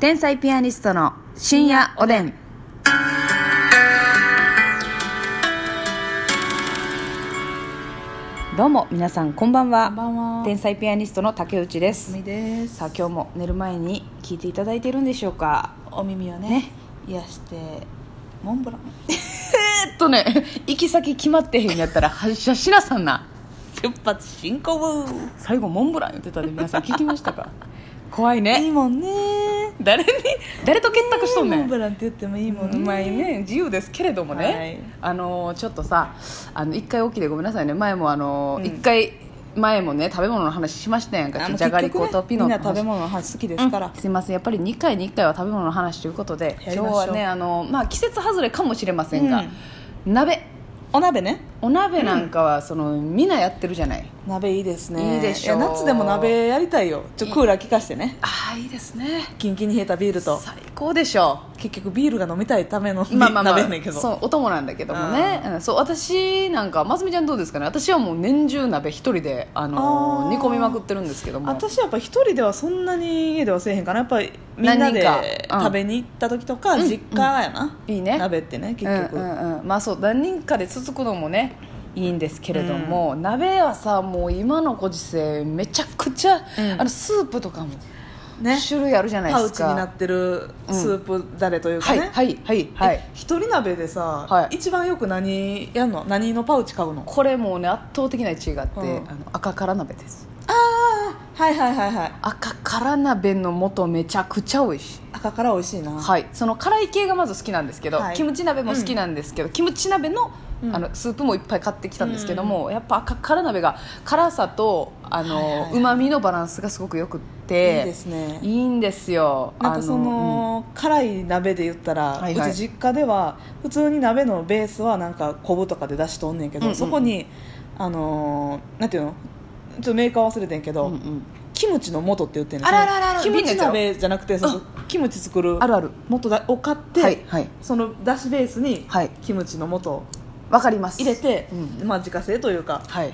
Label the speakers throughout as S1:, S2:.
S1: 天才ピアニストの深夜おでん。どうも皆さんこんばんは。
S2: こんばんは
S1: 天才ピアニストの竹内です。
S2: みです
S1: さあ今日も寝る前に聞いていただいているんでしょうか。
S2: お耳をね
S1: ね
S2: 癒してモンブラン
S1: えっとね行き先決まってへんやったら発車しなさんな。
S2: 出発進行
S1: 最後モンブラン言ってたで皆さん聞きました か。怖い
S2: いい
S1: ね。
S2: もんね
S1: 誰に誰と結託しとんね
S2: モン
S1: ん
S2: ブ。ランって言ってもいいもんね
S1: うまいね自由ですけれどもね、
S2: はい
S1: あのーちょっとさあの一回起きでごめんなさいね前もあのー一、回前もね食べ物の話しましたやん
S2: あ
S1: か
S2: の
S1: じゃがりこ
S2: 結局
S1: と
S2: ね
S1: ピノ
S2: み
S1: の
S2: んな食べ物の話好きですから、
S1: うんすいませんやっぱり2回に1回は食べ物の話ということで
S2: や
S1: 今日
S2: りましょう
S1: はねあのー、まあ、季節外れかもしれませんが、鍋
S2: お鍋ね
S1: お鍋なんかはその、みんなやってるじゃない
S2: 鍋いいですね
S1: いいでしょう
S2: や夏でも鍋やりたいよちょクーラー効かしてね
S1: ああいいですね
S2: キンキンに冷えたビールと
S1: 最高でしょ
S2: 結局ビールが飲みたいための、
S1: まあまあま
S2: 鍋
S1: あ
S2: やねんけど
S1: そうお供なんだけどもね、うんそう私なんかますみちゃんどうですかね私はもう年中鍋一人で、あのー
S2: あー
S1: 煮込みまくってるんですけども
S2: 私やっぱ一人ではそんなに家ではせえへんかなやっぱりみんなで
S1: 何人かうん
S2: 食べに行った時とか
S1: うん
S2: 実家やな、
S1: うんいいね
S2: 鍋ってね結局、
S1: うんうんうんまあそう何人かで続くのもねいいんですけれども、鍋はさもう今のご時世めちゃくちゃ、
S2: うん
S1: あのスープとかも
S2: ね
S1: 種類あるじゃない
S2: パ
S1: で
S2: ウ
S1: す
S2: チ
S1: か、
S2: になってるスープだれというか
S1: はい
S2: ね、
S1: はいはいは
S2: え
S1: い
S2: 一人鍋でさ、
S1: はい
S2: 一番よく何やんの何のパウチ買うの
S1: これもうね圧倒的な1位があって、
S2: うん
S1: あの赤から鍋です
S2: はいはいはいはい
S1: 赤から鍋の素めちゃくちゃ美味しい
S2: 赤から美味しいな、
S1: はい、その辛い系がまず好きなんですけど、
S2: はい
S1: キムチ鍋も好きなんですけど、キムチ鍋の,、
S2: うん
S1: あのスープもいっぱい買ってきたんですけども、やっぱ赤辛鍋が辛さとあのうま、みのバランスがすごくよくっ
S2: い、
S1: て
S2: いですね
S1: いいんですよ
S2: なんかその
S1: あ
S2: 辛い鍋で言ったら、
S1: はいはいう
S2: ち実家では普通に鍋のベースはなんか昆布とかで出しとんねんけど、
S1: うんうん
S2: そこにあのーなんていうのちょっとメーカー忘れてんけど、
S1: うんうんうん
S2: キムチの素って言ってんねん
S1: あらららら
S2: キム
S1: 瓶
S2: チ
S1: のやつ
S2: 鍋じゃなくてそのキムチ作る
S1: あるある
S2: 素だを買って、
S1: はいはい
S2: そのだしベースに
S1: はい
S2: キムチの素を
S1: わかります
S2: 入れて、
S1: うん
S2: まあ、自家製というか
S1: はい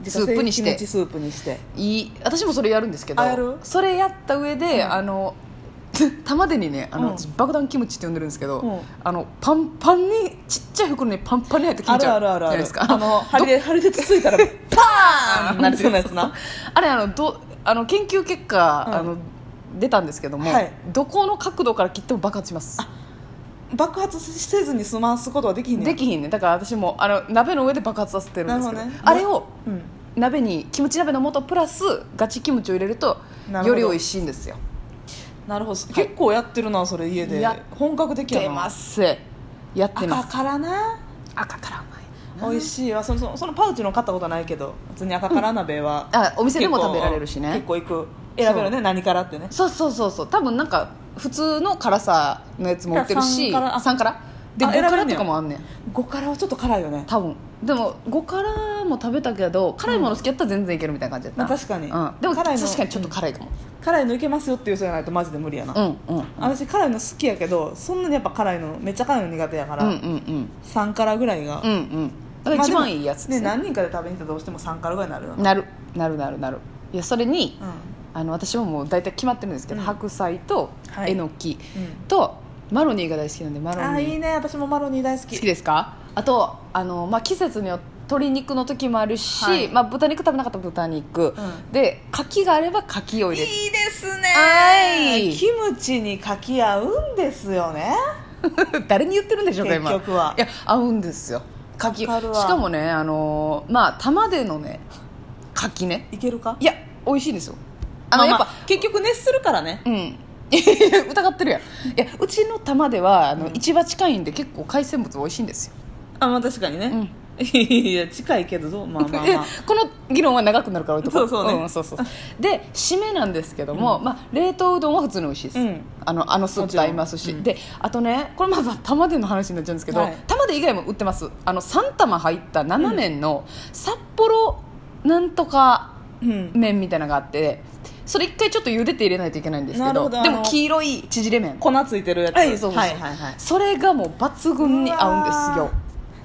S2: 自
S1: ス
S2: 家
S1: ー
S2: 製
S1: プにし
S2: キ
S1: て
S2: ムチスープにして
S1: いい私もそれやるんですけど
S2: あやる
S1: それやった上で、
S2: うん
S1: あの 玉でにねあの、
S2: うん
S1: 私爆弾キムチって呼んでるんですけど、
S2: うん
S1: あのパンパンにちっちゃい袋にパンパンに入ったキ
S2: あ
S1: ムチ
S2: るあるある
S1: じゃない
S2: ある
S1: ですか
S2: あの針で針でつついたら
S1: パーンなる
S2: そうなやつな
S1: あれあのどあの研究結果、
S2: うん
S1: あの出たんですけども、
S2: はい
S1: どこの角度から切っても爆発します
S2: 爆発せずに済ますことはできひんねん
S1: できひんねだから私もあの鍋の上で爆発させてるんですけど
S2: なるほどね
S1: あれを
S2: うん
S1: 鍋にキムチ鍋の素プラスガチキムチを入れると
S2: なる
S1: よ
S2: ほど
S1: り美味しいんですよ
S2: なるほど結構やってるなそれ家で
S1: や
S2: 本格的やな
S1: 出ますやってま
S2: 赤
S1: す
S2: からな
S1: 赤からうまい
S2: 美味しいわそのそのそのパウチの買ったことないけど普通に赤から鍋は、
S1: あお店でも食べられるしね
S2: 結構結構行く選べる
S1: そ
S2: ね何からってね
S1: そうそうそうそう多分なんか普通の辛さのやつも売ってるし
S2: 三辛あ
S1: 三辛で
S2: あ
S1: 5
S2: 選べんねや
S1: 辛とかもあんねん
S2: 5からはちょっと辛いよね
S1: 多分でも5辛も食べたけど辛いもの好きやったら全然いけるみたいな感じだった、
S2: まあ確かに
S1: うん、でも
S2: 辛いの
S1: 確かにちょっと辛いかも
S2: 辛いのいけますよっていう人じゃないとマジで無理やな、
S1: うんうんうん
S2: 私辛いの好きやけどそんなにやっぱ辛いのめっちゃ辛いの苦手やから、
S1: うんうん
S2: 3辛ぐらいが、
S1: うんうんだから一番いいやつです
S2: ね
S1: ね,、
S2: 何人かで食べに行ったらどうしても3辛ぐらいになるよな、
S1: なるなるなるなるいやそれに
S2: うん
S1: あの私ももう大体決まってるんですけど、
S2: うん
S1: 白菜と
S2: はい
S1: えのき
S2: うん
S1: と、マロニーが大好きなんでマロニ
S2: あ
S1: ー
S2: ーいいね私もマロニー大好き
S1: 好きですかあとあの、まあ、季節によって鶏肉の時もあるし、
S2: はい
S1: まあ、豚肉食べなかったら豚肉、
S2: うん
S1: で牡蠣があれば牡蠣を入れて
S2: いいですね
S1: はい
S2: キムチにかき合うんですよね
S1: 誰に言ってるんでしょうか今
S2: 結局はい
S1: や合うんですよ牡
S2: わかる
S1: 蠣
S2: わ
S1: しかもねあのーまあ玉でのね牡蠣ね
S2: いけるか
S1: いや美味しいんですよあの、
S2: ま
S1: やっ
S2: ま
S1: ぱ、
S2: 結局熱するからね
S1: うん 疑ってるやんいやうちの玉ではあの、
S2: うん
S1: 市場近いんで結構海鮮物美味しいんですよ、
S2: あまあ確かにね、いや近いけどどうまあまあ
S1: え
S2: まあ
S1: この議論は長くなるから置いとこ
S2: そうそうね
S1: んそうそうで締めなんですけども、まあ、冷凍うどんは普通に美味しいです、
S2: うん
S1: あのあのスープと合いますし、
S2: もちろんうん
S1: であとねこれまた玉での話になっちゃうんですけど、
S2: はい
S1: 玉で以外も売ってますあの3玉入った7麺の札幌なんとか
S2: うん
S1: 麺みたいなのがあってそれ一回ちょっと茹でて入れないといけないんですけ
S2: なる
S1: ど
S2: ほど
S1: で
S2: あ
S1: も
S2: の
S1: 黄色い縮れ麺
S2: 粉ついてるやつ
S1: はいそうそうそう
S2: はいはいはい
S1: それがもう抜群に合うんです
S2: わ
S1: よ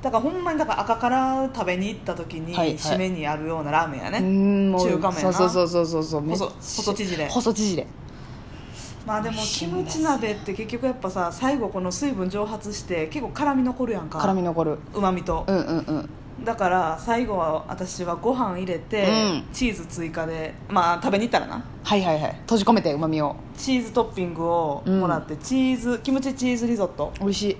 S2: ーだからほんまにだから赤から食べに行った時に、
S1: はいはい
S2: 締めにあるようなラーメンや
S1: う
S2: ね
S1: んもう
S2: 中華麺やな
S1: そうそうそうそうそうめっちゃ
S2: 細細縮れ
S1: 細縮れ
S2: まあでもキムチ鍋って結局やっぱさ最後この水分蒸発して結構辛み残るやんか
S1: 辛み残る
S2: うまみと
S1: う、んうんうん
S2: だから最後は私はご飯入れて、
S1: うん
S2: チーズ追加でまあ食べに行ったらな
S1: はいはいはい閉じ込めてうまみを
S2: チーズトッピングをもらって、チーズキムチチーズリゾット
S1: 美味しい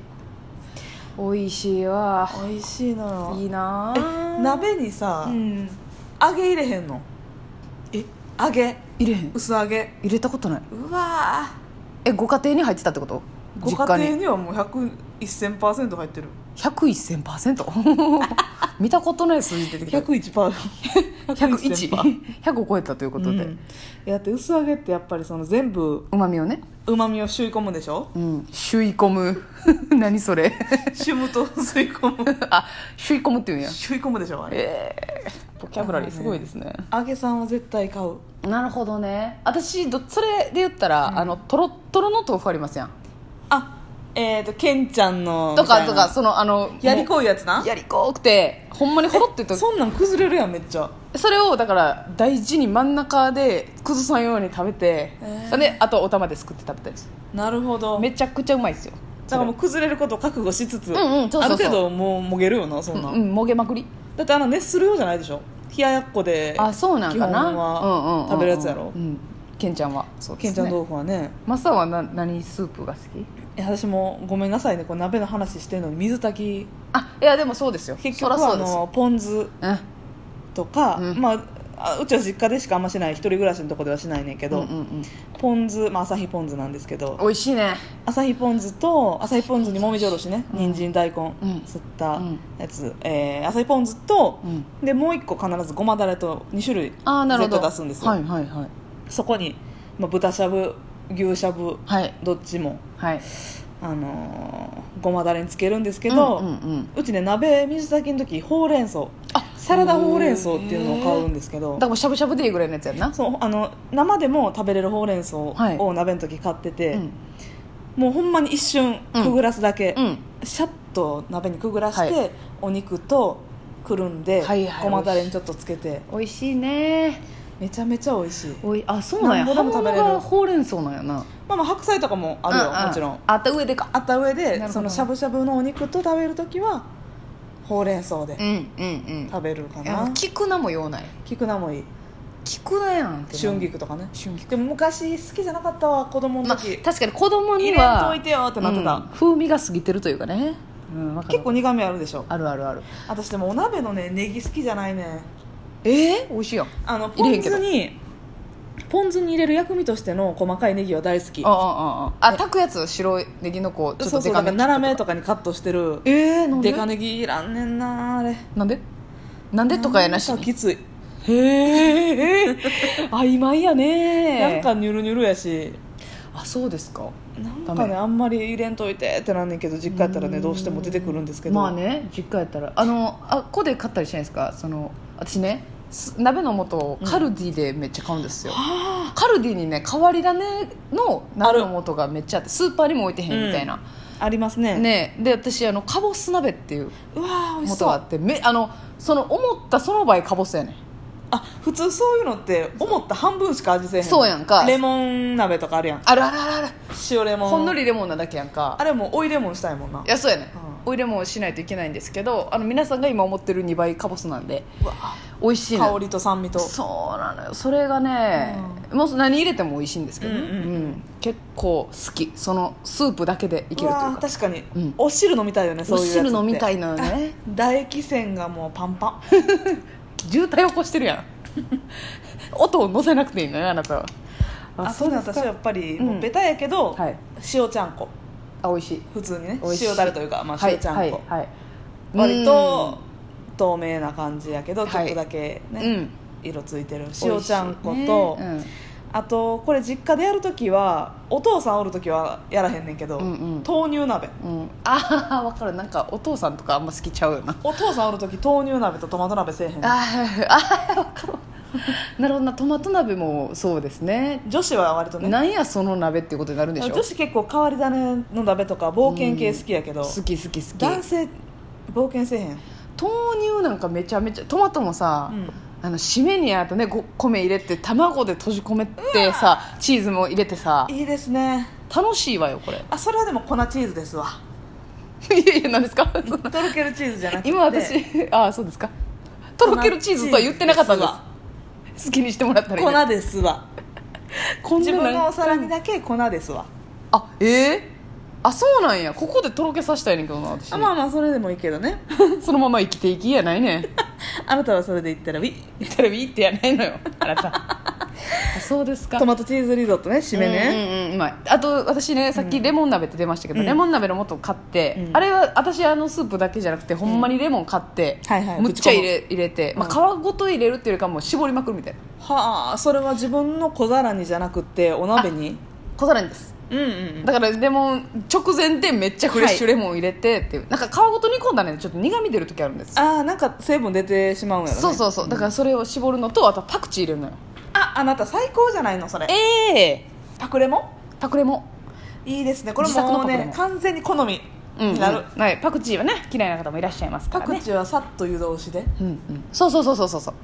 S1: 美味しいわ
S2: 美味しいのよ
S1: いいな
S2: え鍋にさ、
S1: うん
S2: 揚げ入れへんの
S1: え
S2: 揚げ
S1: 入れへん
S2: 薄揚げ
S1: 入れたことないう
S2: わ
S1: えご家庭に入ってたってこと
S2: ーご
S1: 実
S2: 家
S1: 家
S2: 庭
S1: に
S2: にはもう1000%入ってる
S1: 100100%見たことない数字出てきた
S2: 101パー
S1: 101100を超えたということで
S2: だって薄揚げってやっぱりその全部
S1: うまみをね
S2: うまみを吸い込むでしょ
S1: うん吸い込む何それ
S2: シムと吸い込む
S1: あ吸い込むっていうんや
S2: 吸い込むでしょあれ
S1: えー、ボキャブラリーすごいですね
S2: 揚げさんは絶対買う
S1: なるほどね私どそれで言ったら、あのとろっとろの豆腐ありますやん
S2: あえっ、とケンちゃんの
S1: とか
S2: みた
S1: と
S2: いな
S1: かそのあの
S2: やりこういうやつな
S1: やりこくてほんまにほろってと
S2: そんなん崩れるやんめっちゃ
S1: それをだから大事に真ん中で崩さんように食べて、
S2: えー
S1: であとお玉ですくって食べたりす
S2: なるほど
S1: る
S2: だ
S1: めちゃくちゃうまいですよ
S2: からもう崩れることを覚悟しつつ、
S1: んうんそうそうそう
S2: ある程度もうもげるよなそ
S1: うん
S2: なん、
S1: ん、うん、もげまくり
S2: だってあの熱するようじゃないでしょ冷ややっこで
S1: あそうなんかな
S2: 基本は
S1: うんうんうんうん
S2: 食べるやつやろ
S1: うんケンちゃんはそう
S2: ケンちゃん豆腐はね
S1: マサはな何スープが好き
S2: いや私もごめんなさいねこう鍋の話してるのに水炊き
S1: あいやでもそうですよ
S2: 結
S1: そ
S2: 局
S1: ら
S2: は
S1: そ
S2: あ
S1: うですよ
S2: のポン酢
S1: うん
S2: とか、
S1: うん
S2: まあ、あうちは実家でしかあんましない一人暮らしのとこではしないねんけど、
S1: うんうんうん
S2: ポン酢、まあ、朝日ポン酢なんですけど
S1: 美味しいね
S2: 朝日ポン酢と朝日ポン酢にもみじおろしね人参大根
S1: うん
S2: 吸った
S1: うん
S2: やつ、えー朝日ポン酢と、
S1: うん
S2: でもう一個必ずごまだれと2種類
S1: ああなるほど
S2: 絶対出すんですよ
S1: はいはいはい
S2: そこに、まあ、豚しゃぶ牛しゃぶ
S1: はい
S2: どっちも、
S1: はい
S2: あのーごまだれにつけるんですけど、
S1: うんうんうん
S2: うちね鍋水炊きの時ほうれん草
S1: あ
S2: サラダほうれん草っていうのを買うんですけど
S1: だからしゃぶしゃぶでいいぐらいのやつやんな
S2: そうあの生でも食べれるほうれん草
S1: はい
S2: を鍋の時買ってて、
S1: うん
S2: もうほんまに一瞬
S1: うん
S2: くぐらすだけ、
S1: うん
S2: シャッと鍋にくぐらして、
S1: は
S2: お肉とくるんで、
S1: はいはい
S2: ごまだれにちょっとつけて
S1: 美味しいね
S2: めちゃめちゃ美味しい、
S1: おいあそうなんや
S2: なんぼでも食べれる
S1: 葉物がほうれん草なんやな
S2: まあ、まあ白菜とかもあるよ、
S1: うう
S2: もちろん
S1: あった上でか
S2: あった上で
S1: なるほど
S2: そのしゃぶしゃぶのお肉と食べる時はほうれん草で
S1: うんうん
S2: 食べるか
S1: うんあ
S2: な
S1: の菊菜もようない
S2: 菊菜もいい
S1: 菊菜やんって
S2: 春菊とかね
S1: 春菊
S2: でも昔好きじゃなかったわ子供の
S1: まあ
S2: 時、
S1: 確かに子供に
S2: 入れん
S1: は
S2: といてよってなってた、
S1: うん風味が過ぎてるというかねうんわかる
S2: 結構苦味あるでしょ
S1: あるあるある
S2: 私でもお鍋のねネギ好きじゃないね
S1: えー、美味しいやん
S2: あのポ
S1: 入れへ
S2: ン
S1: んけど
S2: 酢にポン酢に入れる薬味としての細かいネギは大好き
S1: ああああああ炊くやつ白いネギのこうちょっと
S2: そうそ
S1: で
S2: うな
S1: か
S2: ん
S1: め
S2: か斜め
S1: と
S2: とかにカットしてる
S1: えー、なん
S2: で
S1: で
S2: かネギいらんねんなあれ
S1: なんでなんでとかやなし
S2: んかきつい、
S1: へえ曖昧やね
S2: なんかニュルニュルやし
S1: あそうですか
S2: なんかねあんまり入れんといてってなんねんけど実家やったらねどうしても出てくるんですけど
S1: まあね実家やったらあのあここで買ったりしないですかその私ねす鍋の素をカルディでめっちゃ買うんですよ、
S2: あ
S1: カルディにね変わり種の鍋の素がめっちゃあってスーパーにも置いてへんみたいな、
S2: ーありますね
S1: ねで私あのカボス鍋っていう
S2: うわー美味し
S1: 素
S2: そ
S1: があ
S2: う
S1: ってめあのその思ったその場合カボスやねん
S2: あ普通そういうのって思った半分しか味せえへん
S1: そうやんか
S2: レモン鍋とかあるやん
S1: あるあるあるある
S2: 塩レモン
S1: ほんのりレモンなだけやんか
S2: あれもう追いレモンしたいもんない
S1: やそうやね、
S2: う
S1: お入れもしないといけないんですけどあの皆さんが今思ってる2倍かぼすなんで
S2: うわ
S1: 美味しいの
S2: 香りと酸味と
S1: そうなのよそれがね、もう何入れても美味しいんですけどね、
S2: うんうんうん
S1: 結構好きそのスープだけでいけるという
S2: わ
S1: か
S2: 確かに、
S1: うん
S2: お汁飲みたいよねそ
S1: お
S2: ういうやつって
S1: 汁飲みたいのよね
S2: 唾液腺がもうパンパン
S1: 渋滞起こしてる やん音を乗せなくていいのよあなたは
S2: あそうね私はやっぱり、
S1: うん
S2: もうベタやけど、
S1: はい
S2: 塩ちゃんこ
S1: あ美味しい
S2: 普通にね
S1: 美味しい
S2: 塩だれというか、まあ、
S1: はい
S2: 塩ちゃんこ、
S1: はいはい
S2: 割と透明な感じやけ
S1: は
S2: ど、
S1: い
S2: ちょっとだけ
S1: うん
S2: ね、
S1: うん
S2: 色ついて
S1: 美
S2: る塩
S1: 味しい
S2: ちゃんこと、
S1: ねうん
S2: あとこれ実家でやるときはお父さんおるときはやらへんねんけど、
S1: うんうん
S2: 豆乳鍋
S1: うん、 ああ分かるなんかお父さんとかあんま好きちゃうよな
S2: お父さんおるとき豆乳鍋とトマト鍋せえへん
S1: あーあ分かる わなるほどなトマト鍋もそうですね
S2: 女子は割とね
S1: なんやその鍋っていうことになるんでしょ
S2: 女子結構変わり種の鍋とか冒険系好きやけど、
S1: 好き好き好き
S2: 男性冒険せえへん、
S1: 豆乳なんかめちゃめちゃトマトもさ、
S2: うん
S1: あの締めにあとねご米入れて卵で閉じ込めてさチーズも入れてさ
S2: いいですね
S1: 楽しいわよこれ
S2: あそれはでも粉チーズですわ
S1: いやいや何です かそんな
S2: とろけるチーズじゃなくて
S1: 今私 ああそうですかとろけるチーズとは言ってなかったが好きにしてもらったらいいね
S2: 粉ですわ
S1: こんな
S2: 自分の
S1: な
S2: お皿にだけ粉ですわ
S1: あえー、あそうなんやここでとろけさせたいねんけどな私
S2: あまあまあそれでもいいけ どね
S1: そのまま生きていきやないねん
S2: あなたはそれで言ったらウィ
S1: テレビってやないのよあなたあ そうですか
S2: トマトチーズリゾットね締めね、
S1: うんうんうんうまいあと私ねさっきレモン鍋って出ましたけど、
S2: うん
S1: レモン鍋の素を買って、
S2: うん
S1: あれは私あのスープだけじゃなくてほんまにレモン買って、
S2: はいはい
S1: むっちゃ入れ入れて、まあ、皮ごと入れるっていうよりかもう絞りまくるみたいな
S2: はあそれは自分の小皿にじゃなくてお鍋に
S1: 小皿にです
S2: うんうん
S1: だからレモン直前でめっちゃフレッシュレモン入れてっていう、なんか皮ごと煮込んだらねちょっと苦み出る時あるんですよ
S2: ああなんか成分出てしまうんやろ、ね、
S1: そうそうそうだからそれを絞るのとあとはパクチー入れるのよ
S2: ああなた最高じゃないのそれ
S1: ええ
S2: パクレモ
S1: パクレモ
S2: いいですねこれ
S1: 自作の
S2: も
S1: パ
S2: う
S1: クレモ
S2: ね完全に好み
S1: うん、
S2: になる、
S1: うんはい、パクチーはね嫌いな方もいらっしゃいますか
S2: パ
S1: ら
S2: ク
S1: ね
S2: チーはさっと湯通しで
S1: うんうん、そうそうそうそうそうそう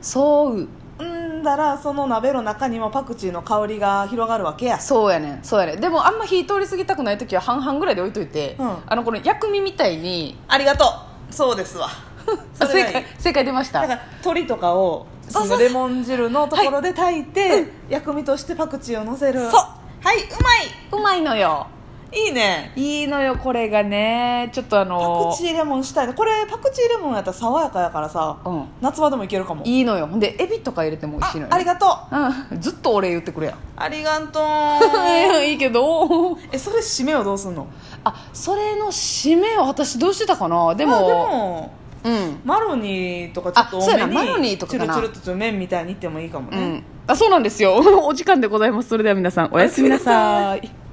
S1: そう
S2: うんだらその鍋の中にもパクチーの香りが広がるわけや
S1: そうやねんそうやねんでもあんま火通り過ぎたくない時は半々ぐらいで置いといて、
S2: うん
S1: あのこの薬味みたいに
S2: ありがとうそうですわそ
S1: あ
S2: れ
S1: 正
S2: がいい
S1: 解正解出まし
S2: だか
S1: た
S2: ら鶏とかをそのレモン汁のところで炊いて、薬味としてパクチーをのせる
S1: そう
S2: はいうま
S1: うまいのよ
S2: いいいね
S1: いいのよこれがねちょっとあ
S2: パ
S1: の
S2: クチーレモンしたいなこれパクチーレモンやったら爽やかやからさ、
S1: うん
S2: 夏場でもいけるかも
S1: いいのよほんでエビとか入れても美味しいの
S2: あ
S1: よ
S2: ありがと
S1: う
S2: う
S1: ん、ずっとお礼言ってくれや
S2: ありがとう
S1: いいけど
S2: えそれ締めをどうすんの
S1: あそれの締めは私どうしてたかなでも
S2: あでも
S1: うん
S2: マロニーとかちょっと
S1: あそう
S2: 多
S1: やな
S2: めに
S1: マロニーとか
S2: チュ
S1: か
S2: ル
S1: な
S2: チュルっと麺みたいにいってもいいかも
S1: う
S2: ね、
S1: ん、あそうなんですよお時間でございますそれでは皆さんおやすみなさい